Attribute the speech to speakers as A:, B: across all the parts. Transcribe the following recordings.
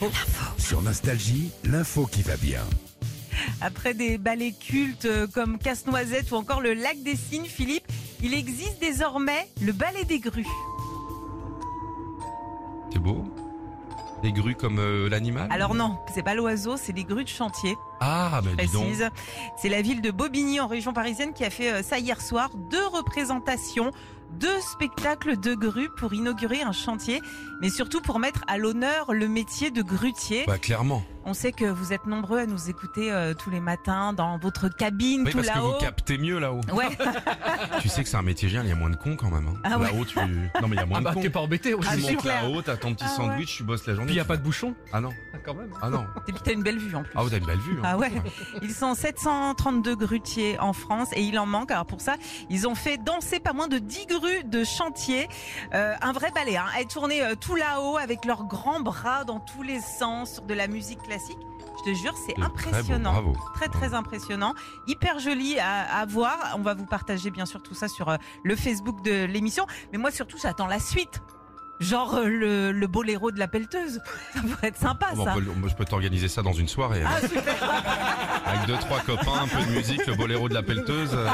A: l'info.
B: Sur Nostalgie, l'info qui va bien.
A: Après des ballets cultes euh, comme Casse-Noisette ou encore le Lac des Cygnes, Philippe, il existe désormais le ballet des grues.
C: C'est beau. Des grues comme euh, l'animal
A: Alors non, c'est pas l'oiseau, c'est les grues de chantier,
C: Ah, ben dis donc.
A: précise. C'est la ville de Bobigny en région parisienne qui a fait euh, ça hier soir. Deux représentations, deux spectacles de grues pour inaugurer un chantier, mais surtout pour mettre à l'honneur le métier de grutier.
C: Bah clairement.
A: On sait que vous êtes nombreux à nous écouter euh, tous les matins dans votre cabine,
C: Oui,
A: tout
C: parce que vous
A: là-haut.
C: captez mieux là-haut.
A: Ouais,
C: tu sais que c'est un métier génial, il y a moins de cons quand même. hein.
A: Ah ouais.
C: Là-haut, tu. Non, mais il y a moins
D: Ah
C: de
D: bah
C: cons.
D: t'es pas embêté aussi.
A: Ah,
C: tu
A: c'est
D: Puis
C: montes
A: clair.
C: là-haut, t'as ton petit
A: Ah ouais.
C: sandwich, tu bosses la journée.
D: il y a
C: tu
D: pas
C: fais-
D: de bouchon.
C: Ah non,
D: Ah, quand même.
C: ah non.
A: et puis t'as une belle vue en plus.
C: Ah, vous avez une belle vue. hein.
A: Ah ouais, ils sont 732 grutiers en France et il en manque. Alors pour ça, ils ont fait danser pas moins de 10 grues de chantier. Euh, un vrai ballet, hein. Elles tournaient euh, tout là-haut avec leurs grands bras dans tous les sens sur de la musique classique. Je te jure, c'est
C: C'est
A: impressionnant.
C: Très beau, bravo.
A: Très très impressionnant, hyper joli à, à voir. On va vous partager bien sûr tout ça sur euh, le Facebook de l'émission. Mais moi surtout j'attends la suite. Genre euh, le, le boléro de la pelleteuse. Ça pourrait être sympa
C: Ah, bon,
A: ça.
C: on peut- on- je peux t'organiser ça dans une soirée. hein.
A: Ah super
C: Avec deux, trois copains, un peu de musique, le boléro de la pelleteuse. euh.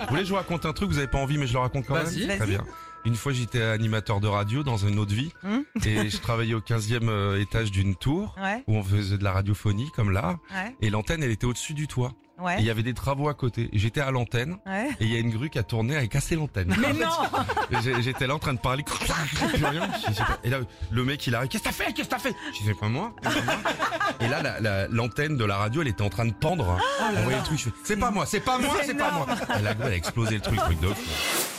C: Vous voulez que je vous raconte un truc, vous avez pas envie, mais je le raconte quand même
D: Vas-y.
C: Très
A: Vas-y.
C: bien. Une fois, j'étais animateur de radio dans une autre vie.
A: Hum. Ah.
C: Et je travaillais au 15e euh, étage d'une tour
A: Ouais,
C: où on faisait de la radiophonie comme là.
A: ouais,
C: Et l'antenne, elle était au-dessus du toit. Et il
A: ouais.
C: y avait des travaux à côté. Et J'étais à l'antenne.
A: ouais.
C: Et il y a une grue qui a tourné, elle a cassé l'antenne.
A: Mais non
C: Et j'ai- J'étais là en train de parler. Plus rien. Je sais pas. Et là, le mec, il arrive. Qu'est-ce que t'as fait Qu'est-ce que t'as fait Je dis, c'est pas moi. c'est pas moi. Et là, la- la- l'antenne de la radio, elle était en train de pendre. hein. On voyait le truc. je fais, C'est pas moi, c'est pas moi,
A: Oh C'est
C: c'est pas moi. Et la grue, elle a explosé le truc, truc de ouf.